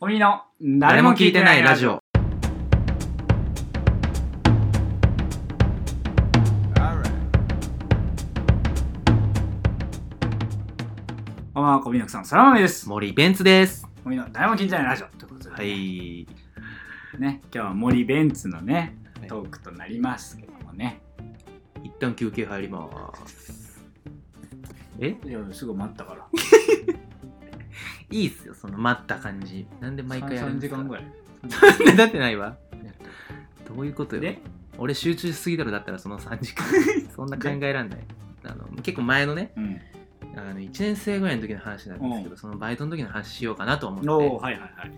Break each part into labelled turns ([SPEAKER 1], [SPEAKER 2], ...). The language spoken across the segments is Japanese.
[SPEAKER 1] トミーの
[SPEAKER 2] 誰も聞いてないラジ
[SPEAKER 1] オ。
[SPEAKER 2] オ。
[SPEAKER 1] こんばんは、小宮さん、そらまめです。
[SPEAKER 2] 森ベンツです。
[SPEAKER 1] 小宮の誰も聞いてないラジオということで、
[SPEAKER 2] は。い。
[SPEAKER 1] ね、今日は森ベンツのね
[SPEAKER 2] は、い
[SPEAKER 1] トークとなりますけどもね。
[SPEAKER 2] 一旦休憩入ります。え
[SPEAKER 1] いや、すぐ待ったから。
[SPEAKER 2] いいっすよ、その待った感じ。なんで毎回やる
[SPEAKER 1] 3
[SPEAKER 2] んで
[SPEAKER 1] 時
[SPEAKER 2] すか
[SPEAKER 1] 間ぐらい。
[SPEAKER 2] らい。 だってないわ。どういうことよ。
[SPEAKER 1] で、
[SPEAKER 2] 俺集中しすぎだろだったらその3時間。 そんな考えらんない。あの結構前のね、
[SPEAKER 1] うん。
[SPEAKER 2] あの1年生ぐらいの時の話なんですけ
[SPEAKER 1] う
[SPEAKER 2] ど、そのバイトの時の話しようかなと思って
[SPEAKER 1] おお、、はいはいはい。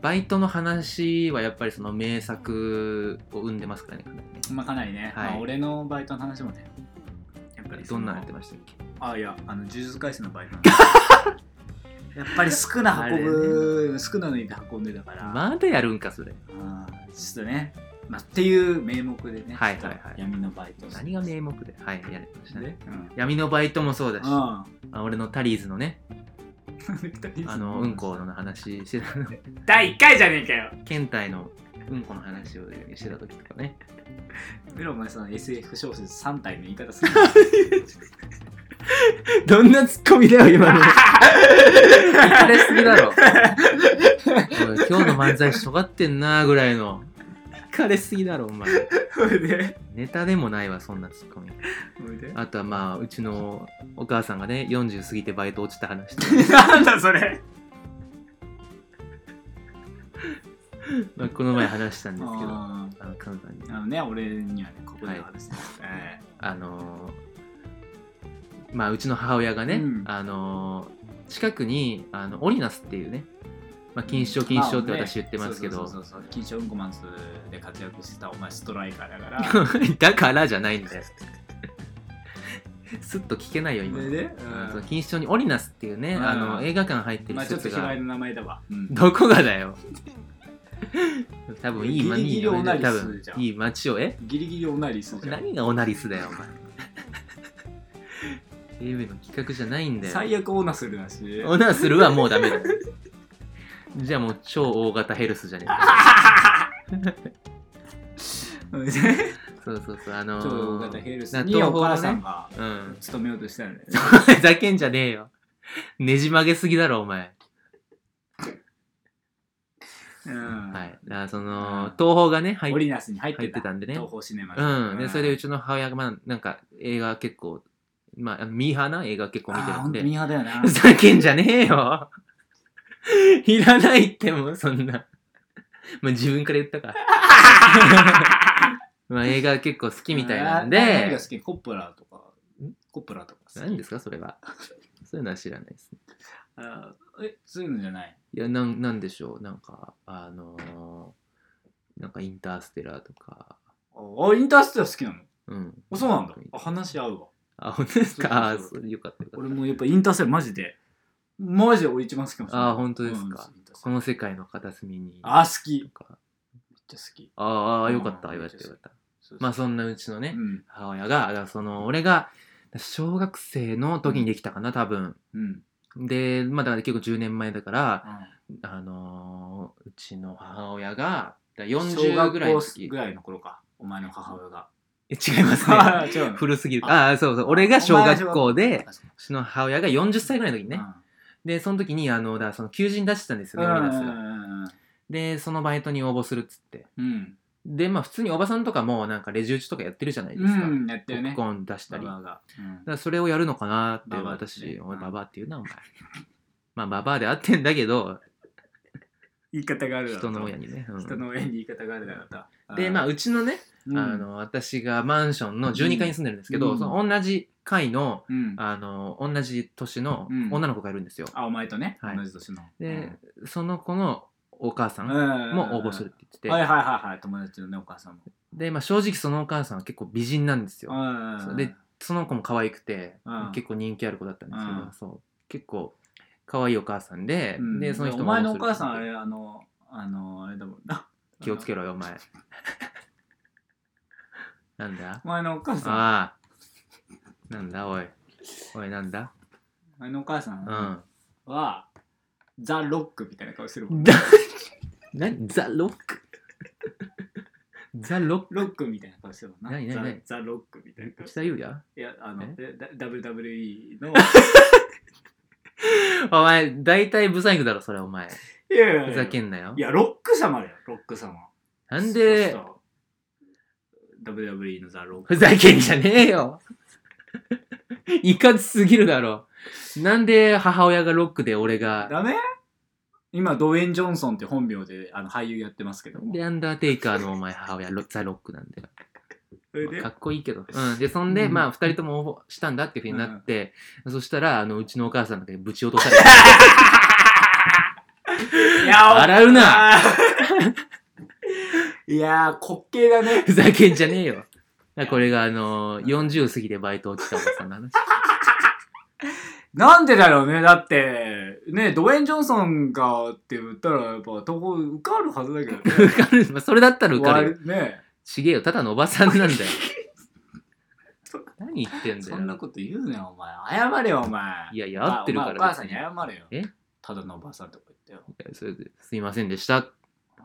[SPEAKER 2] バイトの話はやっぱりその名作を生んでますからね。かなりね
[SPEAKER 1] まあ、かなりね、
[SPEAKER 2] はい
[SPEAKER 1] まあ、俺のバイトの話もね、やっぱり
[SPEAKER 2] ど
[SPEAKER 1] そ
[SPEAKER 2] ん
[SPEAKER 1] の
[SPEAKER 2] なのやってましたっけ
[SPEAKER 1] あ、いや、あの、呪術回戦のバ イトの話。やっぱり少な運ぶ、少なのに運んでたから。
[SPEAKER 2] まだやるんか、それ。
[SPEAKER 1] あーちょっとね、まあ、っていう名目でね、
[SPEAKER 2] はいはいは
[SPEAKER 1] ち
[SPEAKER 2] い
[SPEAKER 1] ょっと闇のバイトをして
[SPEAKER 2] 何が名目で、はい、やりましたね
[SPEAKER 1] で。うん。
[SPEAKER 2] 闇のバイトもそうだし、
[SPEAKER 1] あ
[SPEAKER 2] あ俺のタリーズのね、
[SPEAKER 1] ー
[SPEAKER 2] あの、うんこの話して たの、
[SPEAKER 1] 第1回じゃねえかよ
[SPEAKER 2] 県体のうんこの話をしてた時とかね。
[SPEAKER 1] 黒前さん SF 小説3体の言い方する
[SPEAKER 2] どんなツッコミだよ、今の。 疲れすぎだろ。おい今日の漫才しとがってんなぐらいの。疲れすぎだろ、お前。
[SPEAKER 1] それで
[SPEAKER 2] ネタでもないわ、そんなツッコミ。
[SPEAKER 1] それで
[SPEAKER 2] あとはまあ、うちのお母さんがね、40過ぎてバイト落ちた話とか
[SPEAKER 1] なんだそれ
[SPEAKER 2] まあこの前話したんですけど、 あ
[SPEAKER 1] あ
[SPEAKER 2] の、カンさんに。
[SPEAKER 1] ーあのね俺にはねここではですね、え
[SPEAKER 2] あのーまあうちの母親がね、
[SPEAKER 1] うん
[SPEAKER 2] あのー近くにあのオリナスっていうね、まあ、金賞
[SPEAKER 1] ー
[SPEAKER 2] 金賞って
[SPEAKER 1] まあね
[SPEAKER 2] 私言ってますけ
[SPEAKER 1] そう
[SPEAKER 2] ど
[SPEAKER 1] そうそうそう金賞うんこマンスで活躍してたお前ストライカーだから
[SPEAKER 2] だからじゃないんだよすっと聞けないよ 今
[SPEAKER 1] それで、
[SPEAKER 2] うんそうの金賞にオリナスっていうね、
[SPEAKER 1] うん
[SPEAKER 2] あの映画館入って
[SPEAKER 1] ん、ま
[SPEAKER 2] る
[SPEAKER 1] あ
[SPEAKER 2] 施
[SPEAKER 1] ちょっと
[SPEAKER 2] 設
[SPEAKER 1] 卑
[SPEAKER 2] が、
[SPEAKER 1] 猥な名前だわ、うん
[SPEAKER 2] どこがだよ多分いい
[SPEAKER 1] ギリギリオナリス
[SPEAKER 2] 多分
[SPEAKER 1] じゃん
[SPEAKER 2] いい街をえ
[SPEAKER 1] ギリギリオナリスじゃん
[SPEAKER 2] 何がオナリスだよお前 AV の企画じゃないんだよ
[SPEAKER 1] 最悪オーナーするなし
[SPEAKER 2] オナーするはもうダメだ。じゃあもう超大型ヘルスじゃねえか。そうそうそう、あのー、
[SPEAKER 1] 超大型ヘルス
[SPEAKER 2] な
[SPEAKER 1] に
[SPEAKER 2] 東
[SPEAKER 1] お
[SPEAKER 2] 宝
[SPEAKER 1] 母
[SPEAKER 2] のね
[SPEAKER 1] さんが
[SPEAKER 2] うん。
[SPEAKER 1] 勤めようとしたんだよね。
[SPEAKER 2] ふざけんじゃねえよ。ねじ曲げすぎだろ、お前。
[SPEAKER 1] うん
[SPEAKER 2] はい。だからその、東宝がね、入
[SPEAKER 1] オ
[SPEAKER 2] っ
[SPEAKER 1] リナスに入って
[SPEAKER 2] 入っ
[SPEAKER 1] た
[SPEAKER 2] てたんでね
[SPEAKER 1] 東。宝シネマ
[SPEAKER 2] うん。で、それでうちの母親が、まあ、なんか映画結構、まああの、ミーハーな映画結構見て
[SPEAKER 1] あー
[SPEAKER 2] る
[SPEAKER 1] ほ
[SPEAKER 2] ん
[SPEAKER 1] んと
[SPEAKER 2] で、
[SPEAKER 1] ミーハーだよな
[SPEAKER 2] ふざけんじゃねえよ。いらないってもうそんな。まあ自分から言ったか。まあ映画結構好きみたいなんで、
[SPEAKER 1] あー何が好きコップラとかコップラとか好き
[SPEAKER 2] 何ですかそれはそういうのは知らないですね
[SPEAKER 1] あーえそういうのじゃない
[SPEAKER 2] いやなんなんでしょうなんかあのーなんかインターステラーとか
[SPEAKER 1] ああインターステラ好きなの
[SPEAKER 2] うん
[SPEAKER 1] あそうなんだあ話合うわ
[SPEAKER 2] あ本当ですか
[SPEAKER 1] そ
[SPEAKER 2] あ
[SPEAKER 1] うそうそう
[SPEAKER 2] ーそうよかったよか
[SPEAKER 1] 俺
[SPEAKER 2] った
[SPEAKER 1] もやっぱインターステラマジでマジで俺一番好きかもしれない
[SPEAKER 2] あー本当ですか
[SPEAKER 1] うんインターステ
[SPEAKER 2] こ
[SPEAKER 1] ラ
[SPEAKER 2] の世界の片隅に
[SPEAKER 1] あー好きめ
[SPEAKER 2] と
[SPEAKER 1] っ
[SPEAKER 2] か
[SPEAKER 1] ちゃ好き
[SPEAKER 2] あーあーよか
[SPEAKER 1] う
[SPEAKER 2] った
[SPEAKER 1] ん
[SPEAKER 2] よかったよかった
[SPEAKER 1] そうそう
[SPEAKER 2] まあそんなうちのね、
[SPEAKER 1] うん
[SPEAKER 2] 母親がだからその俺が小学生の時にできたかな多分
[SPEAKER 1] うん
[SPEAKER 2] でまあだから結構10年前だからあのーうちの母親がだから40ぐらい
[SPEAKER 1] 小
[SPEAKER 2] の
[SPEAKER 1] 学校
[SPEAKER 2] 時
[SPEAKER 1] ぐらいの頃かお前の母親が
[SPEAKER 2] え違いますね
[SPEAKER 1] 違うの
[SPEAKER 2] 古すぎる。ああー、そうそう。俺が小学校
[SPEAKER 1] お前
[SPEAKER 2] で
[SPEAKER 1] が、小学
[SPEAKER 2] うちの母親が40歳ぐらいの時に
[SPEAKER 1] 校
[SPEAKER 2] ね
[SPEAKER 1] う。
[SPEAKER 2] で、その時に、あの、だからその求人出してたんですよね、
[SPEAKER 1] ん
[SPEAKER 2] オリナス
[SPEAKER 1] う
[SPEAKER 2] が。
[SPEAKER 1] ん
[SPEAKER 2] で、そのバイトに応募するっつって。
[SPEAKER 1] うん
[SPEAKER 2] で、まあ普通におばさんとかも、なんかレジ打ちとかやってるじゃないですか。
[SPEAKER 1] うんやっ
[SPEAKER 2] ポ
[SPEAKER 1] てる
[SPEAKER 2] ッ
[SPEAKER 1] ね
[SPEAKER 2] プコーン出したり。だ
[SPEAKER 1] バ
[SPEAKER 2] か
[SPEAKER 1] バアがうん
[SPEAKER 2] らそれをやるのかなって、
[SPEAKER 1] ババアってね
[SPEAKER 2] 私、お
[SPEAKER 1] う
[SPEAKER 2] い、
[SPEAKER 1] ん
[SPEAKER 2] ババアって言うな、お前。 まあ、ババアで合ってんだけど、
[SPEAKER 1] 言い方があるだろうと
[SPEAKER 2] 人の親にね。うん
[SPEAKER 1] 人の親に言い方があるだろうと
[SPEAKER 2] で、まあ、
[SPEAKER 1] う
[SPEAKER 2] うちのね、
[SPEAKER 1] ん
[SPEAKER 2] あの、私がマンションの12階に住んでるんですけど、
[SPEAKER 1] うん
[SPEAKER 2] その同じ階の、
[SPEAKER 1] うん
[SPEAKER 2] あの、同じ年の
[SPEAKER 1] うん
[SPEAKER 2] 女の子がいるんですよ。
[SPEAKER 1] あお前とね
[SPEAKER 2] はい
[SPEAKER 1] 同じ年の
[SPEAKER 2] で、その子のお母さ
[SPEAKER 1] うんんうん
[SPEAKER 2] も応募するって言ってて、
[SPEAKER 1] はいはいはいはい友達のねお母さんも
[SPEAKER 2] で、まあ、正直そのお母さんは結構美人なんですよ。
[SPEAKER 1] うん
[SPEAKER 2] そうでその子も可愛くて、
[SPEAKER 1] うん
[SPEAKER 2] 結構人気ある子だったんですけど、
[SPEAKER 1] うん
[SPEAKER 2] そう結構可愛いお母さんで、
[SPEAKER 1] うん
[SPEAKER 2] でその人
[SPEAKER 1] お
[SPEAKER 2] も応募
[SPEAKER 1] 前の
[SPEAKER 2] す
[SPEAKER 1] お
[SPEAKER 2] る
[SPEAKER 1] 母さんあれあのあのあれだもんな
[SPEAKER 2] 気をつけ
[SPEAKER 1] ろ
[SPEAKER 2] ろよお前 なんだ
[SPEAKER 1] お前のお母さん
[SPEAKER 2] ああなんだおいおいなんだ
[SPEAKER 1] お前のお母さ
[SPEAKER 2] うん
[SPEAKER 1] んはザ・ロックみたいな顔してるもん
[SPEAKER 2] だ 何ザ・ロックザ・ロック
[SPEAKER 1] ロックみたいな顔してるもんな
[SPEAKER 2] 何何何
[SPEAKER 1] ザ・ザロックみたいな顔して
[SPEAKER 2] 下言うや
[SPEAKER 1] るいやあの
[SPEAKER 2] え
[SPEAKER 1] えだ WWE の
[SPEAKER 2] お前、大体ブサイクだろ、それお前。
[SPEAKER 1] いやいやいや
[SPEAKER 2] ふざけんなよ
[SPEAKER 1] い。やロック様だよロック様
[SPEAKER 2] なんで
[SPEAKER 1] そう、そう WWE のザ・ロック
[SPEAKER 2] ふざけんじゃねえよ。 いかつすぎるだろ。なんで母親がロックで俺が、
[SPEAKER 1] ダメ今ドウェイン・ジョンソンって本名であの俳優やってますけども
[SPEAKER 2] で、アンダーテイカーのお前母親、ロザ・ロックなんだよ。
[SPEAKER 1] それで
[SPEAKER 2] かっこいいけど。うん。で、そんで、
[SPEAKER 1] うん
[SPEAKER 2] まあ、二人とも応募したんだっていうふうになって、そしたら、あの、うちのお母さんだけぶち落とされた。
[SPEAKER 1] いや
[SPEAKER 2] 洗 うない
[SPEAKER 1] やー滑稽だね
[SPEAKER 2] ふざけんじゃね えよ。だからこれが、あのー、40過ぎてバイト落ちたおばさんの話。
[SPEAKER 1] なんでだろうねだってねドウェイン・ジョンソンがって言ったらやっぱとこ受かるはずだけどね
[SPEAKER 2] 受かる、まあ、それだった ら受かるよ。
[SPEAKER 1] わね
[SPEAKER 2] ちげえよ、ただのおばさん なんだよ。何言ってんだよ。
[SPEAKER 1] そんなこと言うなよお前謝れよお前
[SPEAKER 2] いやいや、合ってるから
[SPEAKER 1] お
[SPEAKER 2] 別
[SPEAKER 1] 前お母さんに謝れよ
[SPEAKER 2] え
[SPEAKER 1] ただのおばさんとか言ってよ
[SPEAKER 2] いやそれですいませんでした。
[SPEAKER 1] なんだ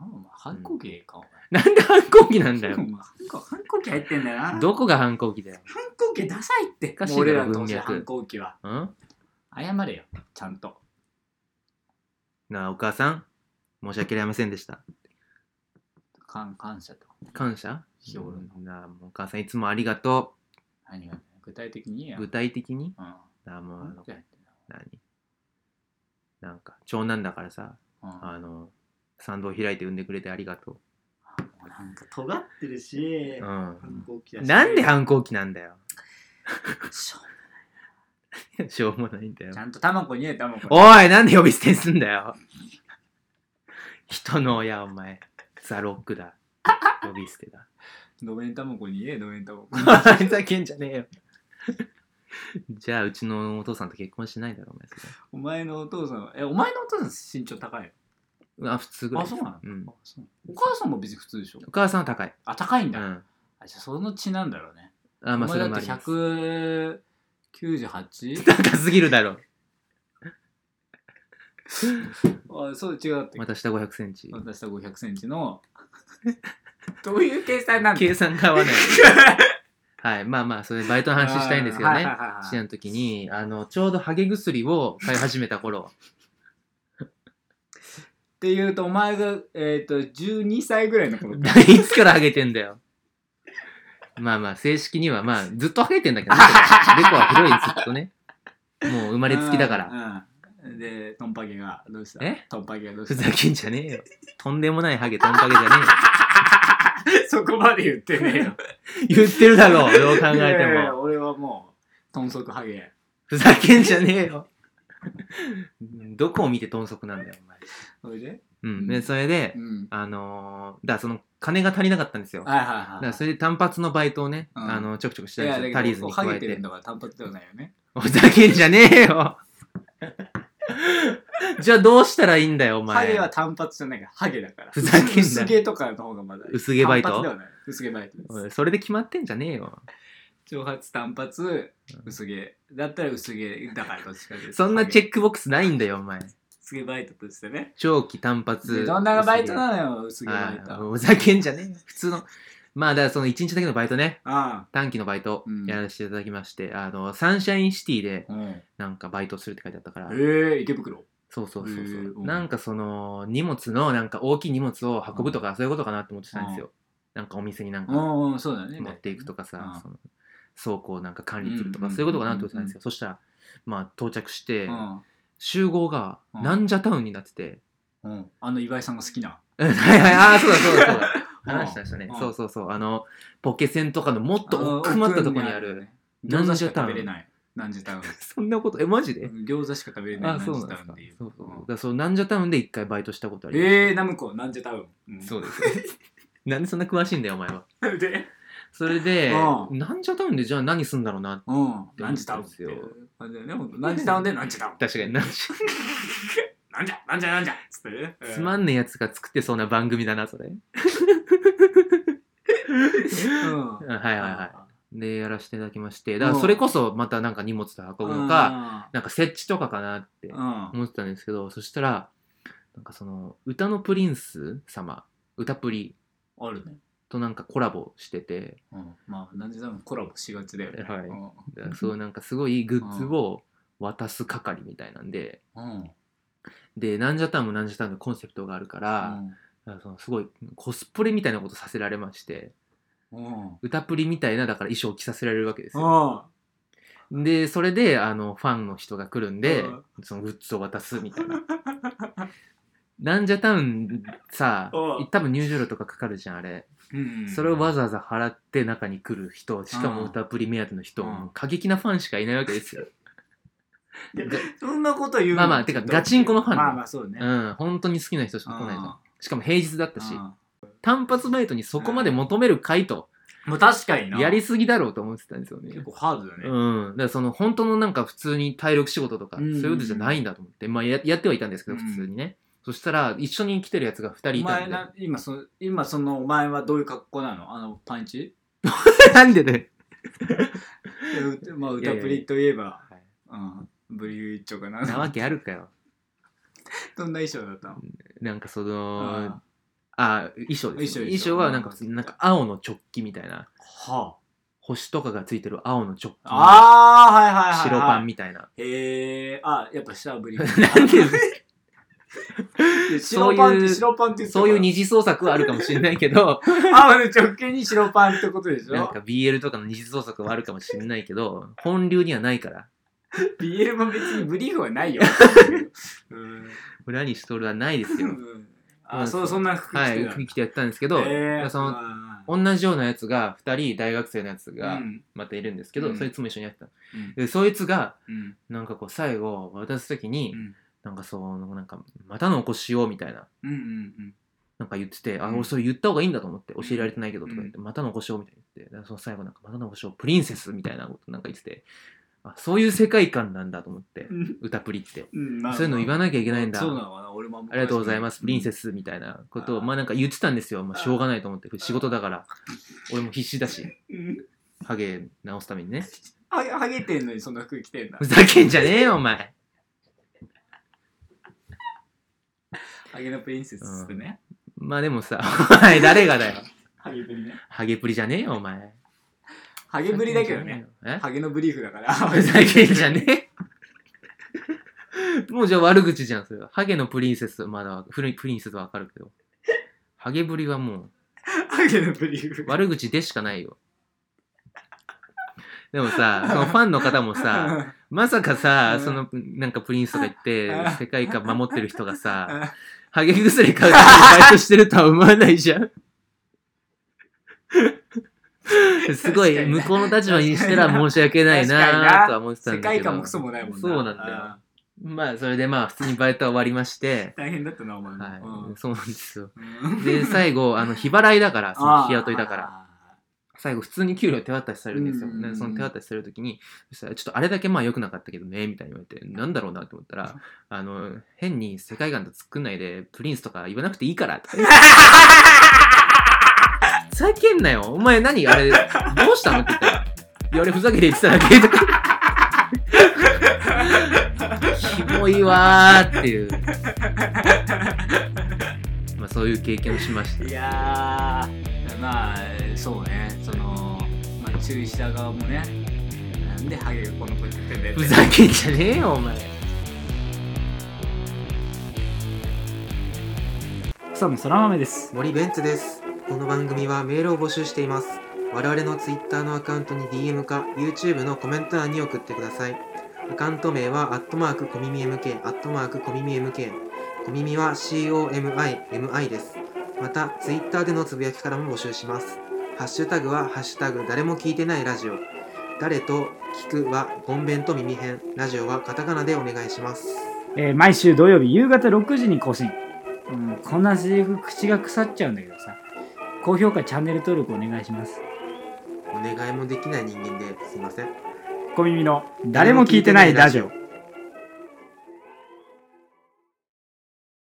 [SPEAKER 1] お前反抗期でいいかお前
[SPEAKER 2] なんで反抗期なんだ
[SPEAKER 1] お
[SPEAKER 2] よ。
[SPEAKER 1] 前反抗反抗期入ってんだよな
[SPEAKER 2] どこが反抗期だよ。
[SPEAKER 1] 反抗期ダサいって
[SPEAKER 2] かしいだ
[SPEAKER 1] も
[SPEAKER 2] ろ
[SPEAKER 1] う俺らの当時
[SPEAKER 2] 文脈
[SPEAKER 1] 反抗期は
[SPEAKER 2] ん
[SPEAKER 1] 謝れよちゃんと
[SPEAKER 2] なあ、お母さん、申し訳ありませんでした。
[SPEAKER 1] 感感謝と
[SPEAKER 2] 感謝
[SPEAKER 1] 日頃の
[SPEAKER 2] なあ、もうお母さん、いつもありがと
[SPEAKER 1] 何が具体的に言え
[SPEAKER 2] う。
[SPEAKER 1] よ
[SPEAKER 2] 具体的に
[SPEAKER 1] うん
[SPEAKER 2] なあ、もうあ
[SPEAKER 1] 反
[SPEAKER 2] の
[SPEAKER 1] 抗期、入ってんだ
[SPEAKER 2] 何なんか、長男だからさ、
[SPEAKER 1] うん
[SPEAKER 2] あの、賛同開いて産んでくれてありがと
[SPEAKER 1] もうなんか尖ってるし
[SPEAKER 2] う。う
[SPEAKER 1] 反
[SPEAKER 2] ん。
[SPEAKER 1] 抗期だし
[SPEAKER 2] なんで反抗期なんだよ。
[SPEAKER 1] しょ
[SPEAKER 2] しょうもないんだよ
[SPEAKER 1] ち。ゃんとタマコにえタマコに
[SPEAKER 2] おい、なんで呼び捨てにすんだよ。人の親、お前。ザ・ロック だ。呼び捨てだ。
[SPEAKER 1] ドメンタマコにえドメンタマコ
[SPEAKER 2] ふざけんじゃねえよ。 じゃあ、うちのお父さんと結婚しないだろ、お前そ
[SPEAKER 1] お前のお父さんはえお前のお父さん身長高い
[SPEAKER 2] れ。あ、普通ぐ
[SPEAKER 1] の
[SPEAKER 2] らい。
[SPEAKER 1] あそうなの、
[SPEAKER 2] うん
[SPEAKER 1] あそうお母さんも別に普通でしょ
[SPEAKER 2] お母さんは高い。
[SPEAKER 1] あ高いん
[SPEAKER 2] う
[SPEAKER 1] だ、
[SPEAKER 2] ん。
[SPEAKER 1] あじゃあその血なんだろうね
[SPEAKER 2] あ、ま
[SPEAKER 1] お
[SPEAKER 2] あ、そ
[SPEAKER 1] 前
[SPEAKER 2] れ
[SPEAKER 1] だ
[SPEAKER 2] もあ
[SPEAKER 1] って
[SPEAKER 2] ります。
[SPEAKER 1] 198?
[SPEAKER 2] 高すぎるだろ。
[SPEAKER 1] あそう違うって
[SPEAKER 2] また下500センチ。
[SPEAKER 1] 私と500センチの どういう計算なんだ
[SPEAKER 2] 計算が 合わない。はい、まあまあ、それバイトの話したいんですけど
[SPEAKER 1] あーは
[SPEAKER 2] ね。
[SPEAKER 1] いはいはい
[SPEAKER 2] 試合の時に、あの、ちょうどハゲ薬を買い始めた頃。
[SPEAKER 1] っていうとお前が、えー、と12歳ぐらいの頃か
[SPEAKER 2] いつからハゲてんだよ。まあまあ、正式には、まあ、ずっとハゲてんだけどね。デコは広い、ずっとね。もう生まれつきだから。
[SPEAKER 1] ら、うんうんでトンパゲがどうした
[SPEAKER 2] え
[SPEAKER 1] トンパゲがどうし
[SPEAKER 2] ふざ
[SPEAKER 1] た
[SPEAKER 2] けんじゃねえよ。とんでもないハゲ、とんかけじゃね
[SPEAKER 1] そこまで言ってねえよ
[SPEAKER 2] えよ。言ってるだろう、どう考
[SPEAKER 1] い
[SPEAKER 2] えて
[SPEAKER 1] やいや
[SPEAKER 2] も。
[SPEAKER 1] 俺はもう豚足ハゲ
[SPEAKER 2] ふざけんじゃねえよ。 どこを見て豚足なんだよ、お前。
[SPEAKER 1] それで
[SPEAKER 2] うん。で、それで
[SPEAKER 1] う、ん
[SPEAKER 2] あのーだからその、金が足りなかったんですよ。だ
[SPEAKER 1] はいはい
[SPEAKER 2] か
[SPEAKER 1] はい
[SPEAKER 2] らそれで単発のバイトをね、
[SPEAKER 1] うん
[SPEAKER 2] あの、ちょくちょくした
[SPEAKER 1] い
[SPEAKER 2] んで
[SPEAKER 1] や
[SPEAKER 2] すよ。
[SPEAKER 1] だ
[SPEAKER 2] 足
[SPEAKER 1] け
[SPEAKER 2] りず
[SPEAKER 1] ど
[SPEAKER 2] に
[SPEAKER 1] ハ
[SPEAKER 2] 加え
[SPEAKER 1] ゲて
[SPEAKER 2] て
[SPEAKER 1] るん。だから単発ではないよね
[SPEAKER 2] ふざけんじゃねえよ じゃあどうしたらいいんだよ、お前。
[SPEAKER 1] ハゲは単発じゃないからハゲだから
[SPEAKER 2] ふざけんな
[SPEAKER 1] 薄毛とかの方がまだ
[SPEAKER 2] 薄毛バイ
[SPEAKER 1] 単発で
[SPEAKER 2] ト
[SPEAKER 1] はない薄毛バイトです
[SPEAKER 2] おいそれで決まってんじゃねえよ。
[SPEAKER 1] 長髪短髪薄毛だったら薄毛だからどっちかというと
[SPEAKER 2] そんなチ
[SPEAKER 1] ック
[SPEAKER 2] ェックボックスないんだよ、お前。
[SPEAKER 1] 薄毛バイトとしてね
[SPEAKER 2] 長期単発。
[SPEAKER 1] でどんなバイトなのよ薄毛バイト
[SPEAKER 2] あおざけんじゃねえよ。普通の。まあ、だからその1日だけのバイトね。
[SPEAKER 1] あ
[SPEAKER 2] 短期のバイト
[SPEAKER 1] うん
[SPEAKER 2] やらせていただきまして、あの、サンシャインシティで
[SPEAKER 1] あうん
[SPEAKER 2] なんかバイトするって書いてあったから、
[SPEAKER 1] ええ池袋
[SPEAKER 2] そうそうそう
[SPEAKER 1] へえ
[SPEAKER 2] そうう。
[SPEAKER 1] ん
[SPEAKER 2] なんかその、荷物の、なんか大きい荷物を運ぶとか、そういうことかなって思ってたんですよ。なんかお店になんか
[SPEAKER 1] うんうんそうだよね
[SPEAKER 2] 持っていくとか
[SPEAKER 1] う
[SPEAKER 2] さ
[SPEAKER 1] ん、
[SPEAKER 2] その倉庫をなんか管理すると
[SPEAKER 1] う
[SPEAKER 2] か、
[SPEAKER 1] ん
[SPEAKER 2] そういうことかなってことなんですよ。そしたら、まあ、到着して
[SPEAKER 1] う、ん
[SPEAKER 2] 集合が
[SPEAKER 1] うん
[SPEAKER 2] なんじゃタウンになってて、
[SPEAKER 1] うんあの岩井さんが好きな
[SPEAKER 2] はいはい、ああ、そうだそうだそうだ。
[SPEAKER 1] うん
[SPEAKER 2] 話したしたね
[SPEAKER 1] う。ん
[SPEAKER 2] そうそうそう。あの、ポケセンとかのもっ
[SPEAKER 1] あの
[SPEAKER 2] と奥まったとこ
[SPEAKER 1] 奥
[SPEAKER 2] にある。
[SPEAKER 1] にあるね餃
[SPEAKER 2] なん
[SPEAKER 1] 子
[SPEAKER 2] じ
[SPEAKER 1] し
[SPEAKER 2] ゃ
[SPEAKER 1] か
[SPEAKER 2] タウン
[SPEAKER 1] 食べれないなんじゃタウ ン
[SPEAKER 2] そんなこと、え、マジで
[SPEAKER 1] 餃子しか食べれない
[SPEAKER 2] あ
[SPEAKER 1] な
[SPEAKER 2] あ、
[SPEAKER 1] ん
[SPEAKER 2] そ
[SPEAKER 1] じ
[SPEAKER 2] う
[SPEAKER 1] ゃ
[SPEAKER 2] なん
[SPEAKER 1] タウン
[SPEAKER 2] ですか
[SPEAKER 1] っていう。
[SPEAKER 2] そうそう。だ
[SPEAKER 1] う
[SPEAKER 2] か
[SPEAKER 1] ん
[SPEAKER 2] らそう、なんじゃタウンで一回バイトしたことあります。
[SPEAKER 1] ええナムコなんじゃタウン
[SPEAKER 2] そう
[SPEAKER 1] う
[SPEAKER 2] です。 なんでそんな詳しいんだよ、お前は。
[SPEAKER 1] んで
[SPEAKER 2] それで、
[SPEAKER 1] う
[SPEAKER 2] なんじゃタウンでじゃあ何すんだろうな。
[SPEAKER 1] うんなんじゃタウンっていう感じだよねほんとなんじゃタウンでなんじゃタウン
[SPEAKER 2] 確かになんじ
[SPEAKER 1] なんじゃなんじゃなんじゃつってね、
[SPEAKER 2] ゃ、つまんねえやつが作ってそうな番組だな、それ。
[SPEAKER 1] うん。
[SPEAKER 2] うんはいはいはい。でやらせていただきましてだからそれこそまたなんか荷物と運ぶのか、なんか設置とかかなって
[SPEAKER 1] うん
[SPEAKER 2] 思ってたんですけどそしたらなんかその歌のプリンス様歌プリ
[SPEAKER 1] あるね、
[SPEAKER 2] となんかコラボしてて、
[SPEAKER 1] うん、まあ何時でもコラボしがちだよね、
[SPEAKER 2] はい
[SPEAKER 1] うん
[SPEAKER 2] だからそうなんかすごいグッズを渡す係みたいなんで、
[SPEAKER 1] うん
[SPEAKER 2] でなんじゃたんもなんじゃたんのコンセプトがあるから,、そのすごいコスプレみたいなことさせられまして
[SPEAKER 1] うんうん
[SPEAKER 2] 歌プリみたいなだから衣装を着させられるわけですよ。
[SPEAKER 1] あ
[SPEAKER 2] でそれであのファンの人が来るんで、
[SPEAKER 1] うん
[SPEAKER 2] そのグッズを渡すみたい な。なんじゃタウンさ
[SPEAKER 1] うん
[SPEAKER 2] 多分入場料とかかかるじゃんあれ、
[SPEAKER 1] うん
[SPEAKER 2] それをわざわざ払って中に来る人しかも歌プリ目当ての人、
[SPEAKER 1] うん
[SPEAKER 2] もう過激なファンしかいないわけですよ
[SPEAKER 1] いやそんなこと言うの
[SPEAKER 2] まあまあてかガチンコのファンだ
[SPEAKER 1] まあまあそうね、
[SPEAKER 2] うん、本当に好きな人しか来ないと。しかも平日だったし
[SPEAKER 1] う、ん
[SPEAKER 2] 単発バイトにそこまで求めるかいと、
[SPEAKER 1] まあ確かにな
[SPEAKER 2] やりすぎだろうと思ってたんですよね
[SPEAKER 1] 結。構ハードだね、
[SPEAKER 2] うん、だからその本当のなんか普通に体力仕事とか
[SPEAKER 1] う
[SPEAKER 2] そうんいうことじゃないんだと思って、まあ、ややってはいたんですけど
[SPEAKER 1] うん
[SPEAKER 2] 普通にね、そしたら一緒に来てるやつが2人
[SPEAKER 1] お
[SPEAKER 2] いた
[SPEAKER 1] 前
[SPEAKER 2] んで
[SPEAKER 1] な今その今そのお前はどういう格好なのあのパンチ
[SPEAKER 2] なんでね、
[SPEAKER 1] うまあ
[SPEAKER 2] い
[SPEAKER 1] 歌
[SPEAKER 2] やいや
[SPEAKER 1] プリといえばうんブリュー一丁かな
[SPEAKER 2] なわけあるかよ
[SPEAKER 1] どんな衣装だったの
[SPEAKER 2] なんかそ
[SPEAKER 1] うん
[SPEAKER 2] のあ衣装ですね、
[SPEAKER 1] 衣装衣装
[SPEAKER 2] 衣装はなんか普通になんか青の直帰みたいな
[SPEAKER 1] は
[SPEAKER 2] 星とかがついてる青の直
[SPEAKER 1] あ
[SPEAKER 2] 帰
[SPEAKER 1] ああはいはいはい、はい、
[SPEAKER 2] 白パンみたいな
[SPEAKER 1] へえあやっぱ下はブリュー
[SPEAKER 2] なん で
[SPEAKER 1] 白パンっ
[SPEAKER 2] そ
[SPEAKER 1] て
[SPEAKER 2] ういう
[SPEAKER 1] 白パンって言って
[SPEAKER 2] そういう二次創作はあるかもしれないけど、
[SPEAKER 1] 青の直径に白パンってことでし
[SPEAKER 2] なん
[SPEAKER 1] ょ
[SPEAKER 2] か BL とかの二次創作はあるかもしれない けど、本流にはないから。
[SPEAKER 1] BL も別にブリーフはないよ、うん
[SPEAKER 2] 裏にしとるはないです
[SPEAKER 1] う
[SPEAKER 2] よ。
[SPEAKER 1] ん、あそうそんな服着
[SPEAKER 2] は
[SPEAKER 1] て
[SPEAKER 2] い、
[SPEAKER 1] た
[SPEAKER 2] 服着てやってたんですけど、
[SPEAKER 1] へー
[SPEAKER 2] その
[SPEAKER 1] あー
[SPEAKER 2] 同じようなやつが2人、大学生のやつが
[SPEAKER 1] うん
[SPEAKER 2] またいるんですけど、
[SPEAKER 1] うん
[SPEAKER 2] そいつも一緒にやってた。
[SPEAKER 1] うん
[SPEAKER 2] で、そいつが、
[SPEAKER 1] うん
[SPEAKER 2] なんかこう、最後、渡すとき
[SPEAKER 1] う
[SPEAKER 2] に、
[SPEAKER 1] ん
[SPEAKER 2] なんかその、なんか、またのお越しようみたいな。
[SPEAKER 1] うんうん
[SPEAKER 2] なんか言ってて、あ、
[SPEAKER 1] うん
[SPEAKER 2] 俺それ言った方がいいんだと思って、教えられてないけどとか言って、またのご賞みたいに言って、だからその最後なんか、またのご賞プリンセスみたいなことなんか言ってて、あ、そういう世界観なんだと思って
[SPEAKER 1] う、ん
[SPEAKER 2] 歌プリって。
[SPEAKER 1] うんまあ
[SPEAKER 2] そういうの言わなきゃいけないんだ。
[SPEAKER 1] そうなのかな俺もんま
[SPEAKER 2] ありがとうございます、プリンセ
[SPEAKER 1] ス
[SPEAKER 2] スみたいなことを、
[SPEAKER 1] あー
[SPEAKER 2] まあなんか言ってたんですよ。まあしょうがないと思って、仕事だから。俺も必死だし、ハゲ直すためにね。
[SPEAKER 1] ハゲハゲてんのにそんな服着てんだ
[SPEAKER 2] ふざけんじゃねえよ、お前。
[SPEAKER 1] ハゲのプリンセスっつってね
[SPEAKER 2] まあでもさ、お前誰がだよ。
[SPEAKER 1] ハゲぶりね
[SPEAKER 2] ハゲプリじゃねえよ、お前。
[SPEAKER 1] ハゲぶりだけどね。
[SPEAKER 2] え
[SPEAKER 1] ハゲのブリーフだから
[SPEAKER 2] ふざけんじゃねえ。もうじゃあ悪口じゃん、それは。ハゲのプリンセス、まだ、プリプリンセスはわかるけど。ハゲぶりはも
[SPEAKER 1] ハゲのブリーフ
[SPEAKER 2] う、悪口でし かないよ。でもさ、そのファンの方もさ、 まさかさ、
[SPEAKER 1] うん
[SPEAKER 2] その、なんかプリンスとか言
[SPEAKER 1] う
[SPEAKER 2] っ
[SPEAKER 1] ん
[SPEAKER 2] て、世界観守ってる人がさ、
[SPEAKER 1] あ
[SPEAKER 2] ハゲ薬買うためにバイトしてるとは思わないじゃ ん。すごい、
[SPEAKER 1] 確かにな
[SPEAKER 2] 向こうの立場にしたら申し訳ない
[SPEAKER 1] 確かにな
[SPEAKER 2] なぁとは思ってた
[SPEAKER 1] 世
[SPEAKER 2] んだけど。
[SPEAKER 1] 界観もクソもないもんな
[SPEAKER 2] そうなんだよ
[SPEAKER 1] あ
[SPEAKER 2] まあ、それでまあ、普通にバイトは終わりまして
[SPEAKER 1] ー、大変だったなお前も
[SPEAKER 2] はい、そうなんですよ。
[SPEAKER 1] うんうん
[SPEAKER 2] で、最後、あの、日払いだから、その日雇いだから。
[SPEAKER 1] あ
[SPEAKER 2] 最後普通に給料手渡しされるんですよ、
[SPEAKER 1] うん
[SPEAKER 2] でその手渡しされる時にそしたら「ちょっとあれだけまあ良くなかったけどね」みたいに言われてなんだろうなと思ったら「あの変に世界観と作んないでプリンスとか言わなくていいから」とか言って「ふざけんなよお前何あれどうしたの?」って言ったら「いや俺ふざけて言ってただけ」とか「キモいわ」っていう、まあ、そういう経験をしました
[SPEAKER 1] ー いやーまあそうねそのまあ注意した側もねなんでハゲがこの子言ってんだよって
[SPEAKER 2] ふざけんじゃねえよお前
[SPEAKER 1] 草野そら豆です
[SPEAKER 3] 森ベンツですこの番組はメールを募集しています我々の Twitter のアカウントに DM か YouTube のコメント欄に送ってくださいアカウント名はアットマークコミミ MK アットマークコミミ MK コミミは COMIMI ですまた Twitter でのつぶやきからも募集しますハッシュタグはハッシュタグ誰も聞いてないラジオ誰と聞くはゴンベンと耳編ラジオはカタカナでお願いします
[SPEAKER 4] えー毎週土曜日夕方6時に更新、うん、こんなセリフ口が腐っちゃうんだけどさ高評価チャンネル登録お願いします
[SPEAKER 3] お願いもできない人間ですいません
[SPEAKER 4] 小耳の誰も聞いてないラジオ